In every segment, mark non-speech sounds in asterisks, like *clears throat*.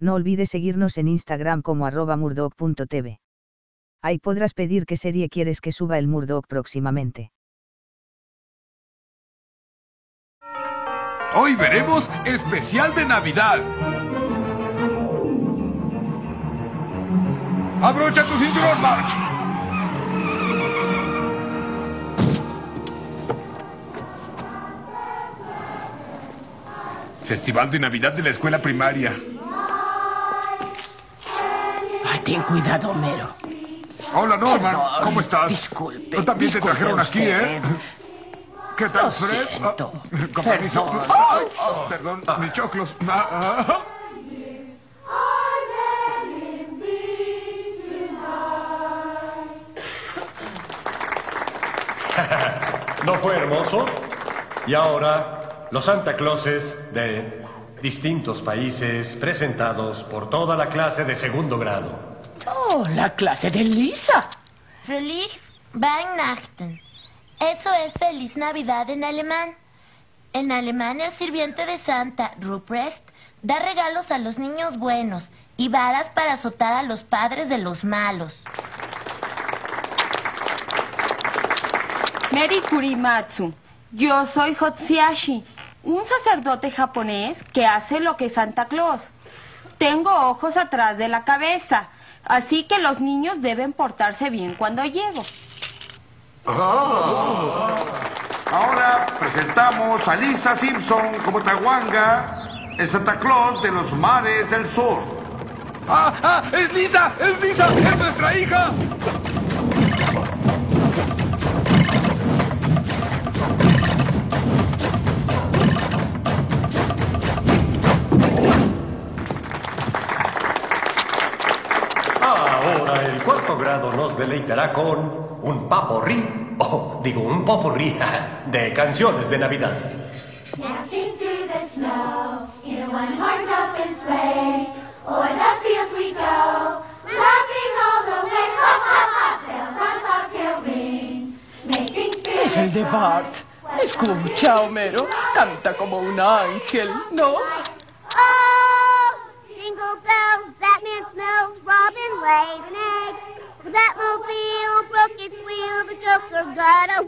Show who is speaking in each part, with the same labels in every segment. Speaker 1: no olvides seguirnos en Instagram como arroba murdoc.tv. Ahí podrás pedir qué serie quieres que suba el Murdoc próximamente.
Speaker 2: Hoy veremos especial de Navidad. Abrocha tu cinturón, March. Festival de Navidad de la escuela primaria.
Speaker 3: Ay, ten cuidado, Homero.
Speaker 2: Hola, Norman.
Speaker 3: Perdón,
Speaker 2: ¿Cómo estás?
Speaker 3: disculpe,
Speaker 2: Tú También te
Speaker 3: disculpe
Speaker 2: trajeron aquí, ¿eh?
Speaker 3: usted.
Speaker 2: ¿Qué tal,
Speaker 3: Lo
Speaker 2: Fred?
Speaker 3: siento.
Speaker 2: Ah, Con permiso.
Speaker 3: Perdón.
Speaker 2: Ay, Perdón, mis choclos. Ah, ah.
Speaker 4: *laughs* ¿No fue hermoso? Y ahora, los Santa Clauses de distintos países presentados por toda la clase de segundo grado.
Speaker 3: Oh, la clase de Lisa.
Speaker 5: Feliz Weihnachten. Eso es Feliz Navidad en alemán. En Alemania, el sirviente de Santa, Ruprecht, da regalos a los niños buenos y varas para azotar a los padres de los malos.
Speaker 6: Mary Kurimatsu. Yo soy Hotsiashi, un sacerdote japonés que hace lo que Santa Claus. Tengo ojos atrás de la cabeza, así que los niños deben portarse bien cuando llego.
Speaker 7: Ah. Ahora presentamos a Lisa Simpson como Tahuanga, el Santa Claus de los mares del sur.
Speaker 2: ¡Ah, ah! ¡Es Lisa! ¡Es Lisa! ¡Es nuestra hija!
Speaker 4: Ahora el cuarto grado nos deleitará con un paporrí, o digo, un poporrí *laughs* de canciones de Navidad. *clears throat*
Speaker 8: Dashing through the snow in one horse open sleigh. O'er the fields we go, laughing all the way. Ha ha ha! Bells on bobtail ring, making spirits
Speaker 3: Es el de Bart.
Speaker 8: bright.
Speaker 3: Escucha, Homero. Canta como un ángel, ¿no?
Speaker 8: Oh, jingle bells, that man smells, Robin laid an egg. That mobile broke its wheel, the Joker got a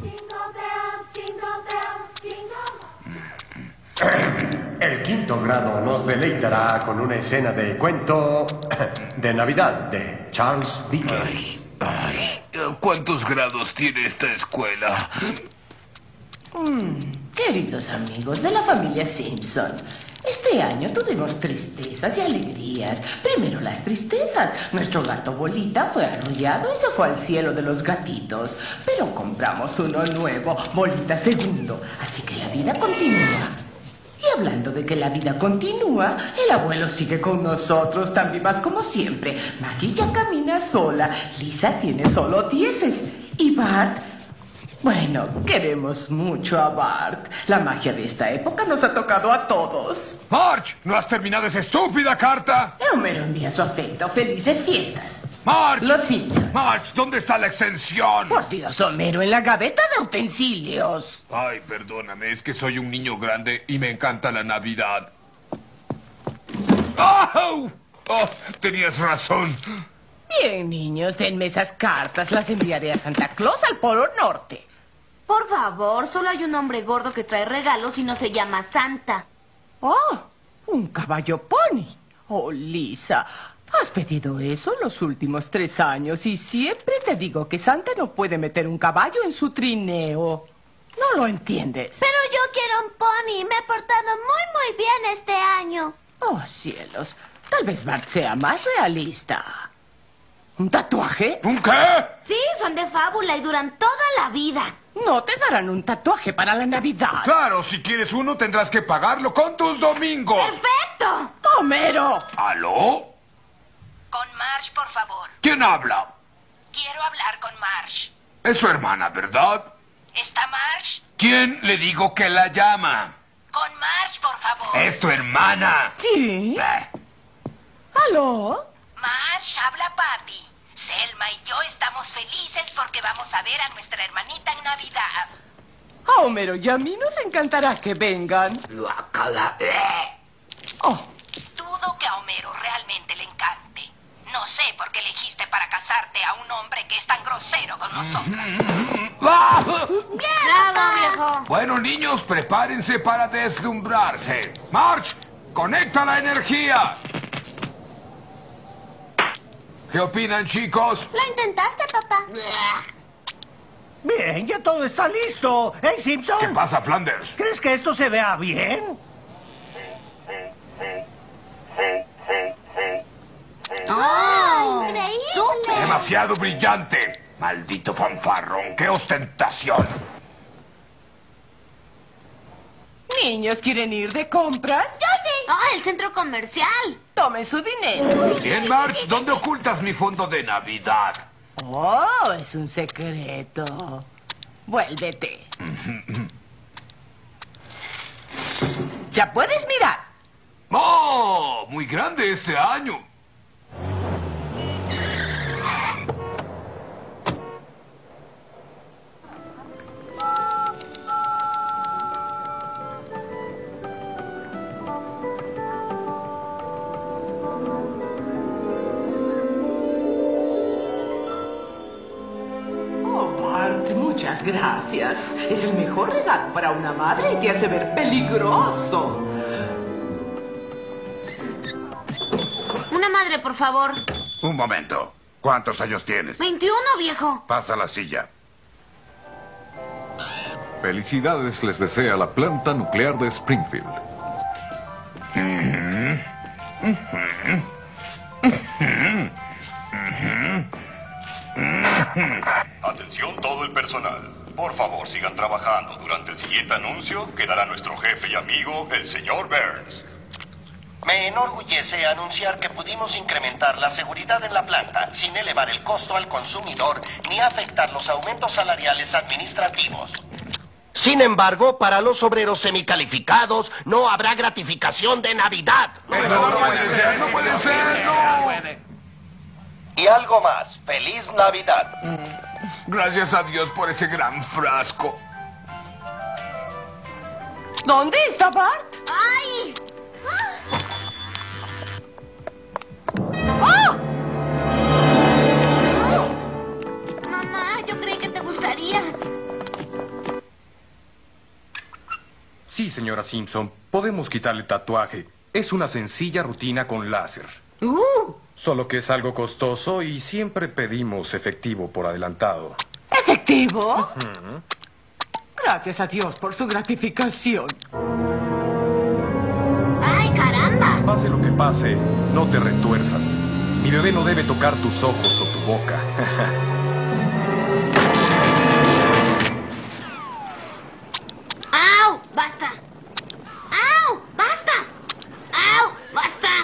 Speaker 8: Jingle bells, jingle bells, jingle.
Speaker 4: El quinto grado nos deleitará con una escena de cuento *clears throat* de Navidad de Charles Dickens.
Speaker 7: Ay, Eh, ¿cuántos grados tiene esta escuela?
Speaker 3: Mm, queridos amigos de la familia Simpson, este año tuvimos tristezas y alegrías. Primero las tristezas. Nuestro gato Bolita fue arrullado y se fue al cielo de los gatitos. Pero compramos uno nuevo, Bolita segundo. Así que la vida continúa. Y hablando de que la vida continúa, el abuelo sigue con nosotros tan vivas como siempre. Maggie ya camina sola, Lisa tiene solo dieces y Bart bueno, queremos mucho a Bart. La magia de esta época nos ha tocado a todos.
Speaker 2: ¡March! ¡No has terminado esa estúpida carta!
Speaker 3: Homero envía su afecto. Felices fiestas.
Speaker 2: ¡March!
Speaker 3: Los Simpson.
Speaker 2: ¡March! ¿Dónde está la extensión?
Speaker 3: Por Dios, Homero, en la gaveta de utensilios.
Speaker 2: Ay, perdóname, es que soy un niño grande y me encanta la Navidad. ¡Au! Oh, tenías razón.
Speaker 3: Bien, niños, denme esas cartas. Las enviaré a Santa Claus al Polo Norte.
Speaker 5: Por favor, solo hay un hombre gordo que trae regalos y no se llama Santa.
Speaker 3: Oh, un caballo pony. Oh, Lisa, has pedido eso los últimos tres años y siempre te digo que Santa no puede meter un caballo en su trineo. No lo entiendes.
Speaker 5: Pero yo quiero un pony. Me he portado muy, muy bien este año.
Speaker 3: Oh, cielos. Tal vez Bart sea más realista. ¿Un tatuaje?
Speaker 2: ¿Un qué?
Speaker 5: Sí, son de fábula y duran toda la vida.
Speaker 3: No te darán un tatuaje para la Navidad.
Speaker 2: Claro, si quieres uno tendrás que pagarlo con tus domingos.
Speaker 5: ¡Perfecto!
Speaker 3: ¡Homero!
Speaker 2: ¿Aló?
Speaker 9: Con Marsh, por favor.
Speaker 2: ¿Quién habla?
Speaker 9: Quiero hablar con Marsh.
Speaker 2: Es su hermana, ¿verdad?
Speaker 9: ¿Está Marsh?
Speaker 2: ¿Quién le digo que la llama?
Speaker 9: Con Marsh, por favor.
Speaker 2: Es tu hermana. Eh.
Speaker 3: ¿Sí?
Speaker 2: Bah.
Speaker 3: ¿Aló?
Speaker 9: Marsh, habla Patty. Selma y yo estamos felices porque vamos a ver a nuestra hermanita en Navidad.
Speaker 3: A Homero y a mí nos encantará que vengan. Oh,
Speaker 9: No sé por qué elegiste para casarte a un hombre que es tan grosero con nosotros.
Speaker 10: ¡Ah!
Speaker 5: ¡Bravo, viejo!
Speaker 10: Bueno, niños, prepárense para deslumbrarse. March, conecta la energía. ¿Qué opinan, chicos?
Speaker 8: Lo intentaste, papá.
Speaker 11: Bien, ya todo está listo. ¿Eh, Simpson?
Speaker 10: ¿Qué pasa, Flanders?
Speaker 11: ¿Crees que esto se vea bien?
Speaker 8: ¡Oh! ¡Increíble!
Speaker 10: Demasiado brillante. Maldito fanfarrón, qué ostentación.
Speaker 3: Niños, ¿quieren ir de compras?
Speaker 5: ¡Ah, el centro comercial!
Speaker 3: Tomen su dinero.
Speaker 10: Bien, March, ¿dónde ocultas mi fondo de Navidad?
Speaker 3: Oh, es un secreto. Vuélvete. *laughs* Ya puedes mirar.
Speaker 10: ¡Oh! Muy grande este año.
Speaker 12: Oh, Bart, muchas gracias. Es el mejor regalo para una madre y te hace ver peligroso.
Speaker 5: Una madre, por favor.
Speaker 10: Un momento. ¿Cuántos años tienes?
Speaker 5: 21, viejo.
Speaker 10: Pasa la silla.
Speaker 13: Felicidades les desea la planta nuclear de Springfield.
Speaker 4: Mm-hmm. Hmm. Atención todo el personal. Por favor, sigan trabajando. Durante el siguiente anuncio quedará nuestro jefe y amigo, el señor Burns.
Speaker 14: Me enorgullece anunciar que pudimos incrementar la seguridad en la planta sin elevar el costo al consumidor ni afectar los aumentos salariales administrativos. Sin embargo, para los obreros semicalificados no habrá gratificación de Navidad.
Speaker 10: Eso no puede ser, no puede ser, no.
Speaker 14: Y algo más, feliz Navidad.
Speaker 10: Gracias a Dios por ese gran frasco.
Speaker 3: ¿Dónde está Bart?
Speaker 8: ¡Ay!
Speaker 5: Mamá, yo creí que te gustaría.
Speaker 4: Sí, señora Simpson, podemos quitarle el tatuaje. Es una sencilla rutina con láser.
Speaker 3: Uh,
Speaker 4: Solo que es algo costoso y siempre pedimos efectivo por adelantado.
Speaker 3: ¿Efectivo?
Speaker 4: Ujú.
Speaker 3: Gracias a Dios por su gratificación.
Speaker 5: ¡Ay, caramba!
Speaker 4: Pase lo que pase, no te retuerzas. Mi bebé no debe tocar tus ojos o tu boca. *laughs*
Speaker 5: ¡Au! ¡Basta! ¡Au! ¡Basta! ¡Au! ¡Basta!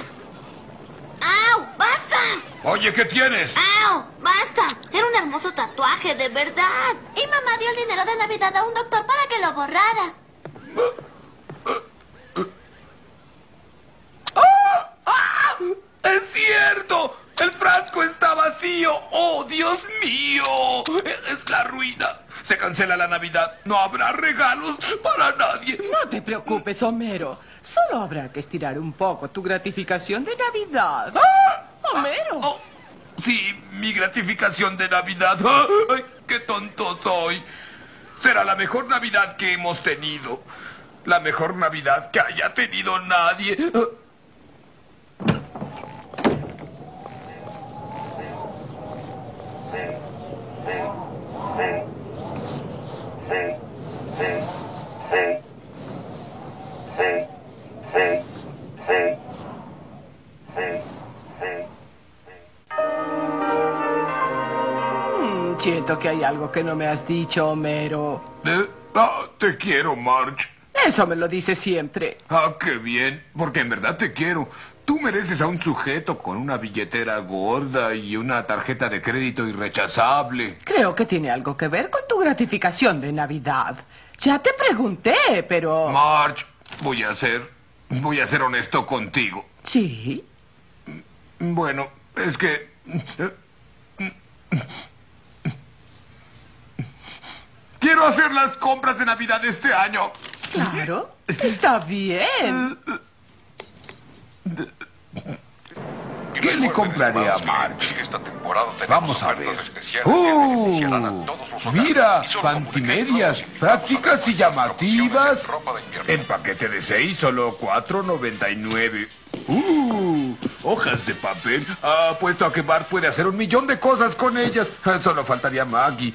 Speaker 5: ¡Au! ¡Basta!
Speaker 7: Oye, ¿qué tienes?
Speaker 5: ¡Au! ¡Basta! Era un hermoso tatuaje, de verdad. Y mamá dio el dinero de Navidad a un doctor para que lo borrara.
Speaker 7: ¡Ah! ¡Es cierto! ¡El frasco está vacío! ¡Oh, Dios mío! ¡Es la ruina! Se cancela la Navidad. No habrá regalos para nadie.
Speaker 3: No te preocupes, Homero. Solo habrá que estirar un poco tu gratificación de Navidad.
Speaker 7: ¡Ah!
Speaker 3: Homero.
Speaker 7: Oh, sí, mi gratificación de Navidad. *laughs* ¡Ah! ¡Ay, qué tonto soy! Será la mejor Navidad que hemos tenido. La mejor Navidad que haya tenido nadie. ¡Ah!
Speaker 3: Mm, siento que hay algo que no me has dicho, Homero.
Speaker 7: Eh, ah, te quiero, Marge.
Speaker 3: Eso me lo dice siempre.
Speaker 7: Ah, qué bien, porque en verdad te quiero. Tú mereces a un sujeto con una billetera gorda y una tarjeta de crédito irrechazable.
Speaker 3: Creo que tiene algo que ver con tu gratificación de Navidad. Ya te pregunté, pero...
Speaker 7: Marge, voy a ser. Voy a ser honesto contigo.
Speaker 3: sí.
Speaker 7: Bueno, es que. Quiero hacer las compras de Navidad de este año.
Speaker 3: Claro, está bien.
Speaker 7: ¿Qué? qué le compraré a Marge? Vamos a ver. ¡Uh! Mira, pantimedias, prácticas y llamativas. En paquete de seis, solo 4.99. ¡Uh! Hojas de papel. Apuesto a que Bart puede hacer un millón de cosas con ellas. Solo faltaría Maggie.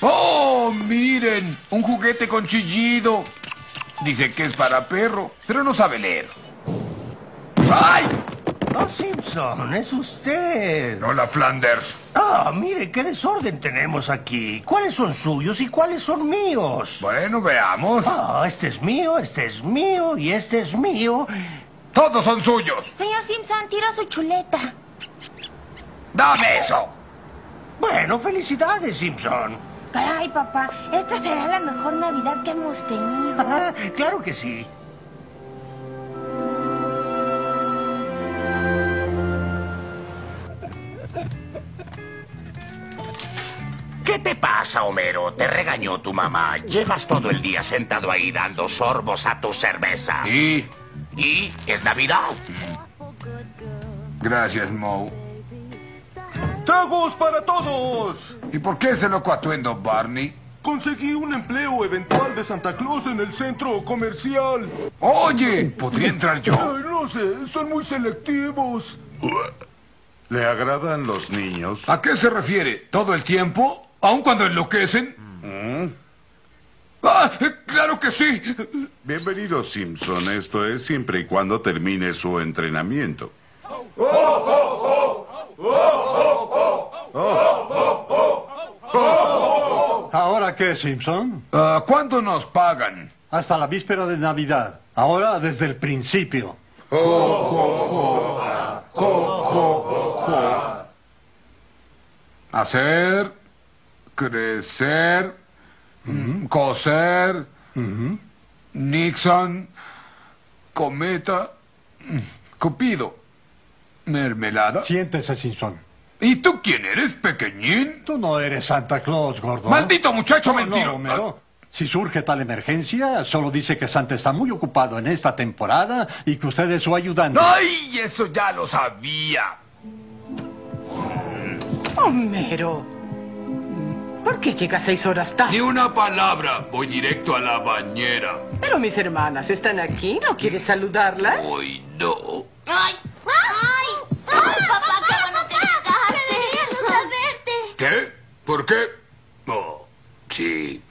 Speaker 7: ¡Oh, miren! Un juguete con chillido. Dice que es para perro, pero no sabe leer. ¡Ay!
Speaker 11: Oh, Simpson, es usted.
Speaker 7: Hola, Flanders.
Speaker 11: Ah, mire, qué desorden tenemos aquí. ¿Cuáles son suyos y cuáles son míos?
Speaker 7: Bueno, veamos.
Speaker 11: Ah, este es mío, este es mío y este es mío.
Speaker 7: Todos son suyos.
Speaker 5: Señor Simpson, tira su chuleta.
Speaker 7: ¡Dame eso!
Speaker 11: Bueno, felicidades, Simpson. *laughs*
Speaker 5: Caray, papá, esta será la mejor Navidad que hemos tenido.
Speaker 11: Ah, claro que sí.
Speaker 14: ¿Qué te pasa, Homero? Te regañó tu mamá. Llevas todo el día sentado ahí dando sorbos a tu cerveza.
Speaker 7: ¿Y?
Speaker 14: ¿Y? ¿Es Navidad?
Speaker 7: Gracias, Moe.
Speaker 15: ¡Tragos para todos!
Speaker 7: ¿Y por qué ese loco atuendo, Barney?
Speaker 15: Conseguí un empleo eventual de Santa Claus en el centro comercial.
Speaker 7: Oye, ¿podría entrar yo?
Speaker 15: Ay, no sé, son muy selectivos.
Speaker 16: ¿Le agradan los niños?
Speaker 7: ¿A qué se refiere? ¿Todo el tiempo? ¿Aun cuando enloquecen?
Speaker 16: ¿Mm?
Speaker 7: ¡Ah! ¡Claro que sí!
Speaker 16: Bienvenido, Simpson. Esto es siempre y cuando termine su entrenamiento.
Speaker 15: ¡Oh, oh, oh! ¡Oh, oh, oh! ¡Oh, oh, oh!
Speaker 4: ¿Ahora qué, Simpson?
Speaker 7: Ah, ¿Cuánto nos pagan?
Speaker 4: Hasta la víspera de Navidad. Ahora desde el principio.
Speaker 15: ¡Oh, oh, oh! ¡Oh, oh, oh!
Speaker 7: Hacer, crecer, coser,
Speaker 4: Ujú.
Speaker 7: Nixon, cometa, cupido, mermelada.
Speaker 4: Siéntese, Simpson.
Speaker 7: ¿Y tú quién eres, pequeñín?
Speaker 4: Tú no eres Santa Claus, gordo.
Speaker 7: ¡Maldito muchacho
Speaker 4: No, no,
Speaker 7: mentiro!
Speaker 4: Homero. Si surge tal emergencia, solo dice que Santa está muy ocupado en esta temporada y que usted es su ayudante.
Speaker 7: ¡Ay! Eso ya lo sabía.
Speaker 3: Homero, ¿por qué llegas seis horas tarde?
Speaker 17: Ni una palabra. Voy directo a la bañera.
Speaker 3: Pero mis hermanas están aquí, ¿no quieres saludarlas?
Speaker 17: Hoy no.
Speaker 5: ¡Ay! ¡Ay! ¡Ay, papá, qué bueno que llegaste! ¡Queríamos verte!
Speaker 17: ¿Qué? ¿Por qué? Oh, sí.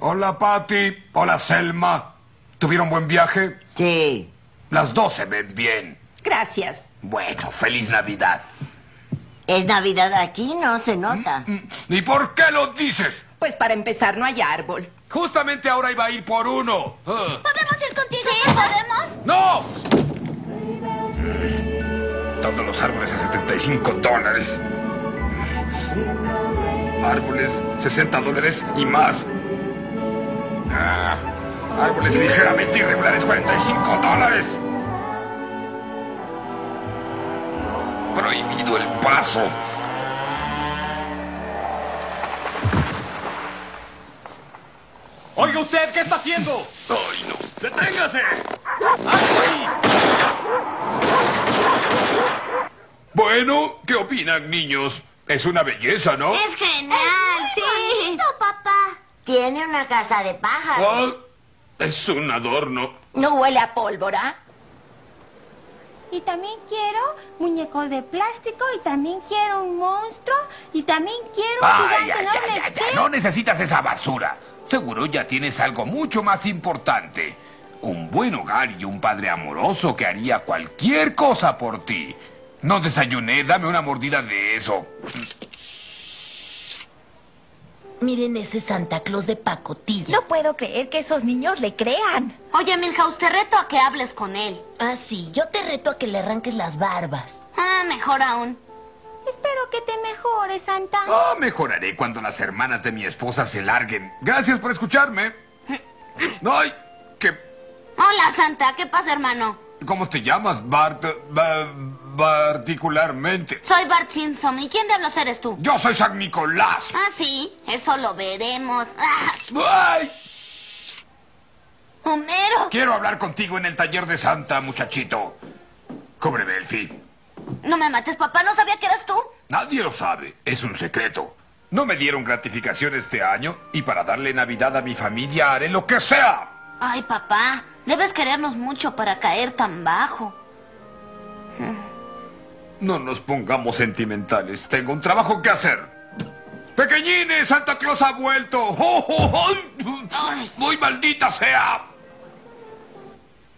Speaker 7: Hola, Patty. Hola, Selma. ¿Tuvieron buen viaje?
Speaker 9: Sí.
Speaker 7: Las dos se ven bien.
Speaker 9: Gracias.
Speaker 7: Bueno, feliz Navidad.
Speaker 9: Es Navidad aquí, no se nota.
Speaker 7: ¿Y por qué lo dices?
Speaker 9: Mm, Pues para empezar no hay árbol.
Speaker 7: Justamente ahora iba a ir por uno. Ah.
Speaker 5: ¿Podemos ir contigo? Sí, podemos.
Speaker 7: ¡No! Todos los árboles a 75 dólares. Árboles 60 dólares y más. Ah, árboles ligeramente irregulares 45 dólares. Prohibido el paso.
Speaker 15: Oiga usted, ¿qué está haciendo?
Speaker 17: Ay, no.
Speaker 15: ¡Deténgase!
Speaker 17: Bueno, ¿qué opinan, niños? Es una belleza, ¿no?
Speaker 5: Es genial, sí. bonito, papá.
Speaker 9: Tiene una casa de pájaros.
Speaker 17: Ah, es un adorno.
Speaker 9: No huele a pólvora.
Speaker 6: Y también quiero muñecos de plástico y también quiero un monstruo y también quiero un
Speaker 17: Ay,
Speaker 6: gigante
Speaker 17: ay,
Speaker 6: enorme
Speaker 17: ay, ay,
Speaker 6: que-
Speaker 17: ay, no necesitas esa basura. Seguro ya tienes algo mucho más importante. Un buen hogar y un padre amoroso que haría cualquier cosa por ti. No desayuné, dame una mordida de eso.
Speaker 18: Miren ese Santa Claus de pacotilla.
Speaker 19: No puedo creer que esos niños le crean.
Speaker 5: Oye, Milhouse, te reto a que hables con él.
Speaker 18: Ah, sí, yo te reto a que le arranques las barbas.
Speaker 5: Ah, mejor aún. Oh.
Speaker 6: Espero que te mejores, Santa.
Speaker 17: Ah, mejoraré cuando las hermanas de mi esposa se larguen. Gracias por escucharme. Ay, ¿qué,
Speaker 5: Hola, Santa. ¿Qué pasa, hermano?
Speaker 17: ¿Cómo te llamas, Bart? ba- particularmente.
Speaker 5: Soy Bart Simpson. ¿Y quién diablos eres tú?
Speaker 17: Yo soy San Nicolás.
Speaker 5: Ah, sí. Eso lo veremos. Ah,
Speaker 17: ¡Ay!
Speaker 5: Homero.
Speaker 17: Quiero hablar contigo en el taller de Santa, muchachito. Cóbreme el fin.
Speaker 5: No me mates, papá, no sabía que eras tú.
Speaker 7: Nadie lo sabe, es un secreto. No me dieron gratificación este año y para darle Navidad a mi familia haré lo que sea.
Speaker 5: Ay, papá, debes querernos mucho para caer tan bajo.
Speaker 7: No nos pongamos sentimentales, tengo un trabajo que hacer. Pequeñines, Santa Claus ha vuelto. ¡Oh, oh, oh! ¡Muy maldita sea!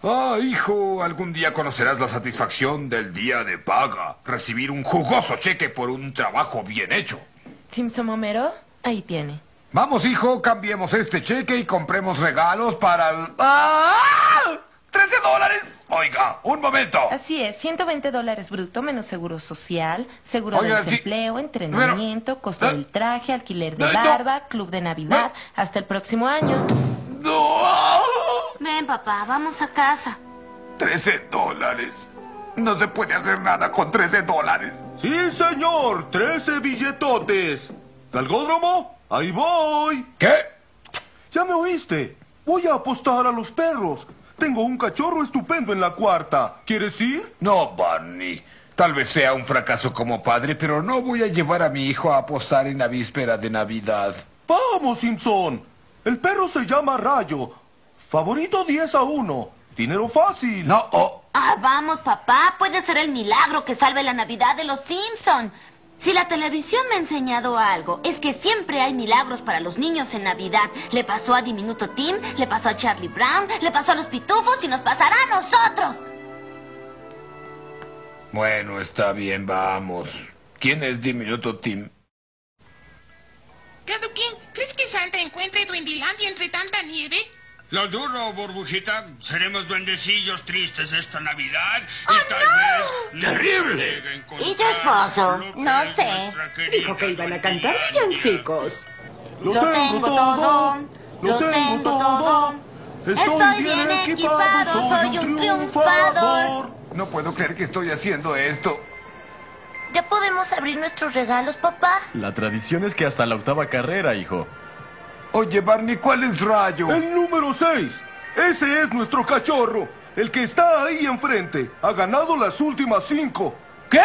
Speaker 7: Ah, hijo, algún día conocerás la satisfacción del día de paga, recibir un jugoso cheque por un trabajo bien hecho.
Speaker 6: Simpson Homero, ahí tiene.
Speaker 7: Vamos, hijo, cambiemos este cheque y compremos regalos para el... ¡Ah! ¡13 dólares! Oiga, un momento.
Speaker 6: Así es, 120 dólares bruto menos seguro social, seguro
Speaker 7: Oiga,
Speaker 6: de
Speaker 7: sí. ¿eh?
Speaker 6: desempleo, entrenamiento, costo del traje, alquiler de barba, club de Navidad, hasta el próximo año.
Speaker 5: Ven, papá, vamos a casa.
Speaker 7: 13 dólares. No se puede hacer nada con 13 dólares.
Speaker 15: Sí, señor, 13 billetotes. ¿Galgódromo? Ahí voy.
Speaker 7: ¿Qué?
Speaker 15: Ya me oíste. Voy a apostar a los perros. Tengo un cachorro estupendo en la cuarta. ¿Quieres ir?
Speaker 7: No, Barney. Tal vez sea un fracaso como padre, pero no voy a llevar a mi hijo a apostar en la víspera de Navidad.
Speaker 15: Vamos, Simpson. El perro se llama Rayo. Favorito 10 a 1. Dinero fácil.
Speaker 7: No, oh.
Speaker 5: Ah, vamos, papá, puede ser el milagro que salve la Navidad de los Simpson. Si la televisión me ha enseñado algo, es que siempre hay milagros para los niños en Navidad. Le pasó a Diminuto Tim, le pasó a Charlie Brown, le pasó a los pitufos y nos pasará a nosotros.
Speaker 7: Bueno, está bien, vamos. ¿Quién es Diminuto Tim?
Speaker 8: Caduquín, ¿crees que Santa encuentre Duendilandia entre tanta nieve?
Speaker 11: Lo duro, burbujita. Seremos duendecillos tristes esta Navidad y tal vez.
Speaker 3: ¡Terrible!
Speaker 11: ¿Y tu esposo?
Speaker 3: No sé. Dijo que iban a cantar villancicos.
Speaker 5: Lo tengo todo, lo tengo todo. Estoy bien equipado, soy un triunfador.
Speaker 7: No puedo creer que estoy haciendo esto.
Speaker 20: ¿Ya podemos abrir nuestros regalos, papá?
Speaker 4: La tradición es que hasta la octava carrera, hijo.
Speaker 7: Oye, Barney, ¿cuál es Rayo?
Speaker 15: El número 6. Ese es nuestro cachorro. El que está ahí enfrente. Ha ganado las últimas cinco.
Speaker 7: ¿Qué?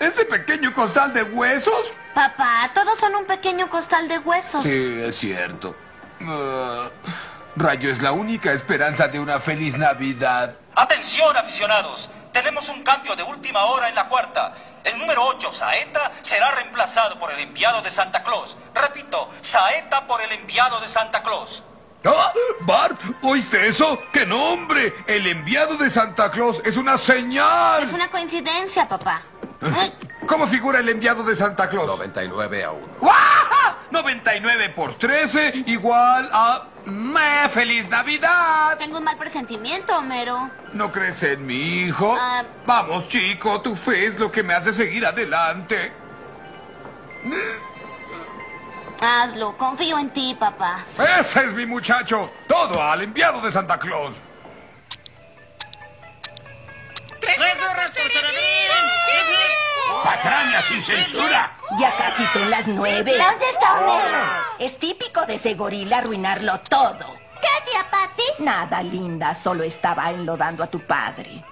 Speaker 7: ¿Ese pequeño costal de huesos?
Speaker 5: Papá, todos son un pequeño costal de huesos.
Speaker 7: Sí, es cierto. Ah, Rayo es la única esperanza de una feliz Navidad.
Speaker 21: Atención aficionados, tenemos un cambio de última hora en la cuarta. El número 8, Saeta, será reemplazado por el enviado de Santa Claus. Repito, Saeta por el enviado de Santa Claus.
Speaker 7: ¡Ah! ¡Bart! ¿Oíste eso? ¡Qué nombre! El enviado de Santa Claus es una señal.
Speaker 5: Es una coincidencia, papá.
Speaker 7: ¿Cómo figura el enviado de Santa Claus? 99 a 1. 99 por 13 igual a... ¡Me, ¡Feliz Navidad!
Speaker 5: Tengo un mal presentimiento, Homero.
Speaker 7: ¿No crees en mi hijo?
Speaker 5: Ah.
Speaker 7: Vamos, chico, tu fe es lo que me hace seguir adelante.
Speaker 5: Hazlo, confío en ti, papá.
Speaker 7: Ese es mi muchacho. Todo al enviado de Santa Claus.
Speaker 8: ¡Tres, horas por
Speaker 4: ¡Patraña sin censura!
Speaker 9: Ya casi son las nueve.
Speaker 5: ¿Dónde está Homero?
Speaker 9: Es típico de ese gorila arruinarlo todo.
Speaker 22: ¿Qué, tía Patty?
Speaker 9: Nada, linda, solo estaba enlodando a tu padre.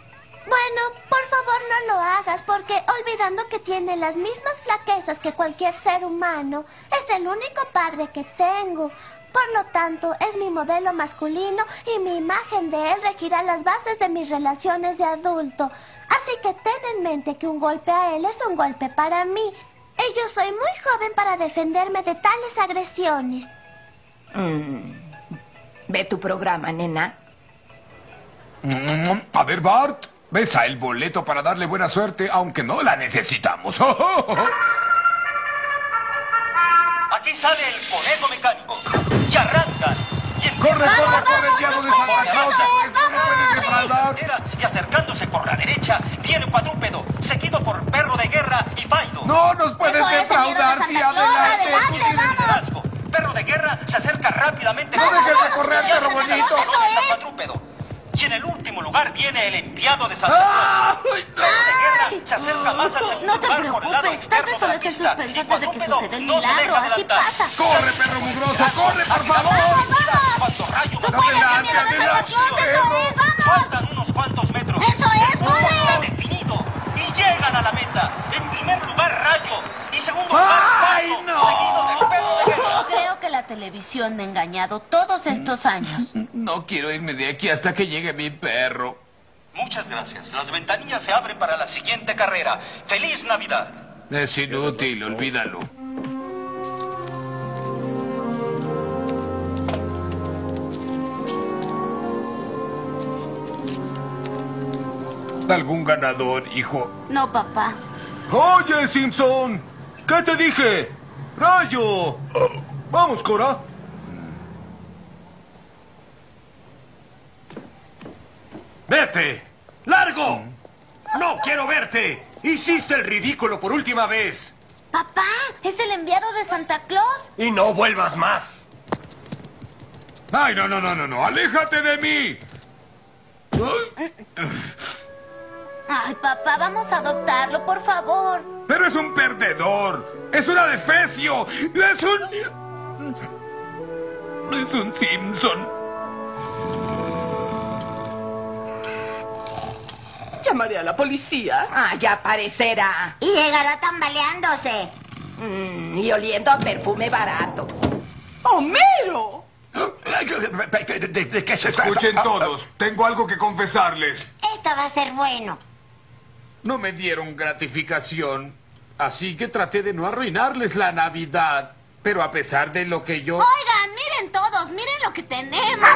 Speaker 22: Bueno, por favor no lo hagas, porque olvidando que tiene las mismas flaquezas que cualquier ser humano, es el único padre que tengo. Por lo tanto, es mi modelo masculino y mi imagen de él regirá las bases de mis relaciones de adulto. Así que ten en mente que un golpe a él es un golpe para mí. Y yo soy muy joven para defenderme de tales agresiones.
Speaker 9: Mm. Ve tu programa, nena.
Speaker 7: Mm, A ver, Bart, besa el boleto para darle buena suerte, aunque no la necesitamos. *laughs*
Speaker 21: Aquí sale el conejo mecánico. Y arrancan. Y
Speaker 7: ¡Corre,
Speaker 21: empiezan
Speaker 7: corre,
Speaker 21: a
Speaker 7: corre,
Speaker 21: correr
Speaker 7: Thiago de
Speaker 21: los
Speaker 7: Santa Claus!
Speaker 21: corredores.
Speaker 7: ¡No puedes defraudar!
Speaker 21: Bandera, Y acercándose por la derecha, viene un cuadrúpedo, seguido por perro de guerra y Faido.
Speaker 7: ¡No nos puedes
Speaker 21: Eso es, señora
Speaker 7: defraudar! ¡Sí,
Speaker 21: Santa Claus,
Speaker 7: adelante!
Speaker 21: adelante,
Speaker 7: ¡Tú tienes
Speaker 21: vamos. liderazgo. Perro de guerra se acerca rápidamente.
Speaker 7: No
Speaker 21: con-
Speaker 7: dejes de correr,
Speaker 21: Y
Speaker 7: perro
Speaker 21: abre los
Speaker 7: bonito.
Speaker 21: corredores al cuadrúpedo. Y en el último lugar viene el enviado de Santa
Speaker 7: ¡Ah!
Speaker 21: Claus. Perro de guerra se acerca más al segundo
Speaker 5: No te
Speaker 21: lugar por el lado
Speaker 5: preocupes, tal
Speaker 21: externo
Speaker 5: vez
Speaker 21: de
Speaker 5: solo
Speaker 21: la
Speaker 5: estés
Speaker 21: pista. Y
Speaker 5: suspensantes de que
Speaker 21: cuadrúpedo
Speaker 5: sucede el
Speaker 21: no se
Speaker 5: milagro,
Speaker 21: deja
Speaker 5: así
Speaker 21: adelantar.
Speaker 5: pasa.
Speaker 7: ¡Corre, perro mugroso! ¡Corre, por favor!
Speaker 21: Cuando Rayo
Speaker 7: ¡No puedes ¡Adelante, adelante, perro!
Speaker 21: Faltan unos cuantos metros.
Speaker 5: ¡Eso es,
Speaker 21: El grupo
Speaker 5: corre!
Speaker 21: está definido y llegan a la
Speaker 5: ¡Ah! televisión me ha engañado todos estos años.
Speaker 7: No quiero irme de aquí hasta que llegue mi perro.
Speaker 21: Muchas gracias. Las ventanillas se abren para la siguiente carrera. ¡Feliz Navidad!
Speaker 7: Es inútil, olvídalo. ¿Algún ganador, hijo?
Speaker 5: No, papá.
Speaker 15: Oye, Simpson, ¿qué te dije? ¡Rayo!
Speaker 7: Oh.
Speaker 15: Vamos, Cora.
Speaker 4: ¡Vete! ¡Largo! ¡No quiero verte! ¡Hiciste el ridículo por última vez!
Speaker 5: Papá, es el enviado de Santa Claus.
Speaker 4: ¡Y no vuelvas más!
Speaker 7: ¡Ay, no, no, no, no, no! ¡Aléjate de mí! Ay,
Speaker 5: Ay, papá, vamos a adoptarlo, por favor.
Speaker 7: ¡Pero es un perdedor! ¡Es un adefesio! ¡Es un... Es un Simpson.
Speaker 3: Llamaré a la policía.
Speaker 9: Ah, ya aparecerá.
Speaker 8: Y llegará tambaleándose.
Speaker 9: Mm, y oliendo a perfume barato.
Speaker 3: ¡Homero!
Speaker 23: ¿De, qué se
Speaker 7: Escuchen todos, tengo algo que confesarles.
Speaker 8: Esto va a ser bueno.
Speaker 7: No me dieron gratificación, así que traté de no arruinarles la Navidad. Pero a pesar de lo que yo...
Speaker 24: Oigan, miren todos, miren lo que tenemos.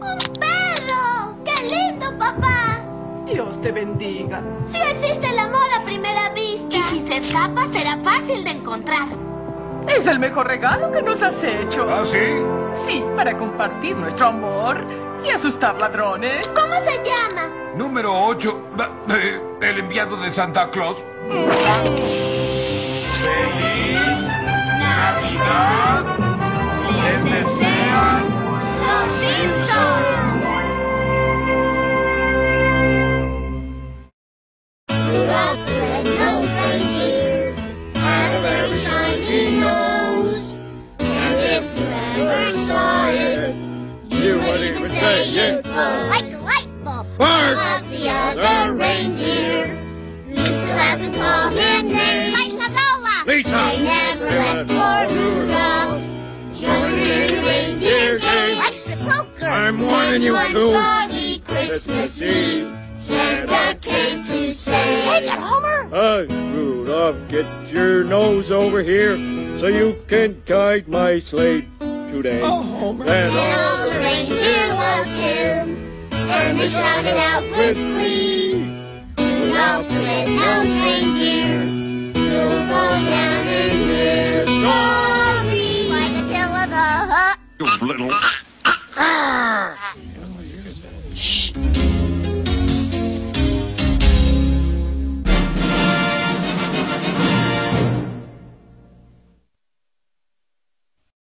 Speaker 24: ¡Un perro! ¡Qué lindo, papá!
Speaker 3: Dios te bendiga.
Speaker 24: Sí existe el amor a primera
Speaker 5: Y
Speaker 24: vista.
Speaker 5: si se escapa, será fácil de encontrar.
Speaker 3: Es el mejor regalo que nos has hecho.
Speaker 7: ¿Ah, sí?
Speaker 3: Sí, para compartir nuestro amor y asustar ladrones.
Speaker 24: ¿Cómo se llama?
Speaker 7: Número 8, el enviado de Santa Claus.
Speaker 8: Les desean los Simpsons. Red nose reindeer had a very shiny nose, and if you ever saw it, you would even say it was like a light bulb. Of the other reindeer, used to laugh and call him names like Lola.
Speaker 25: Lisa.
Speaker 8: They never let poor Rudolph reindeer game. Extra poker.
Speaker 25: I'm warning you
Speaker 8: One
Speaker 25: two.
Speaker 8: foggy Christmas Eve, Santa came to say, Take it, Homer.
Speaker 25: Hey, Rudolph, get your nose over here so you can guide my sleigh today.
Speaker 8: And all the reindeer loved him, and they shouted out with glee. Rudolph the red-nosed reindeer, you'll go down in history. Like a tail of the hook.
Speaker 25: little
Speaker 8: 啊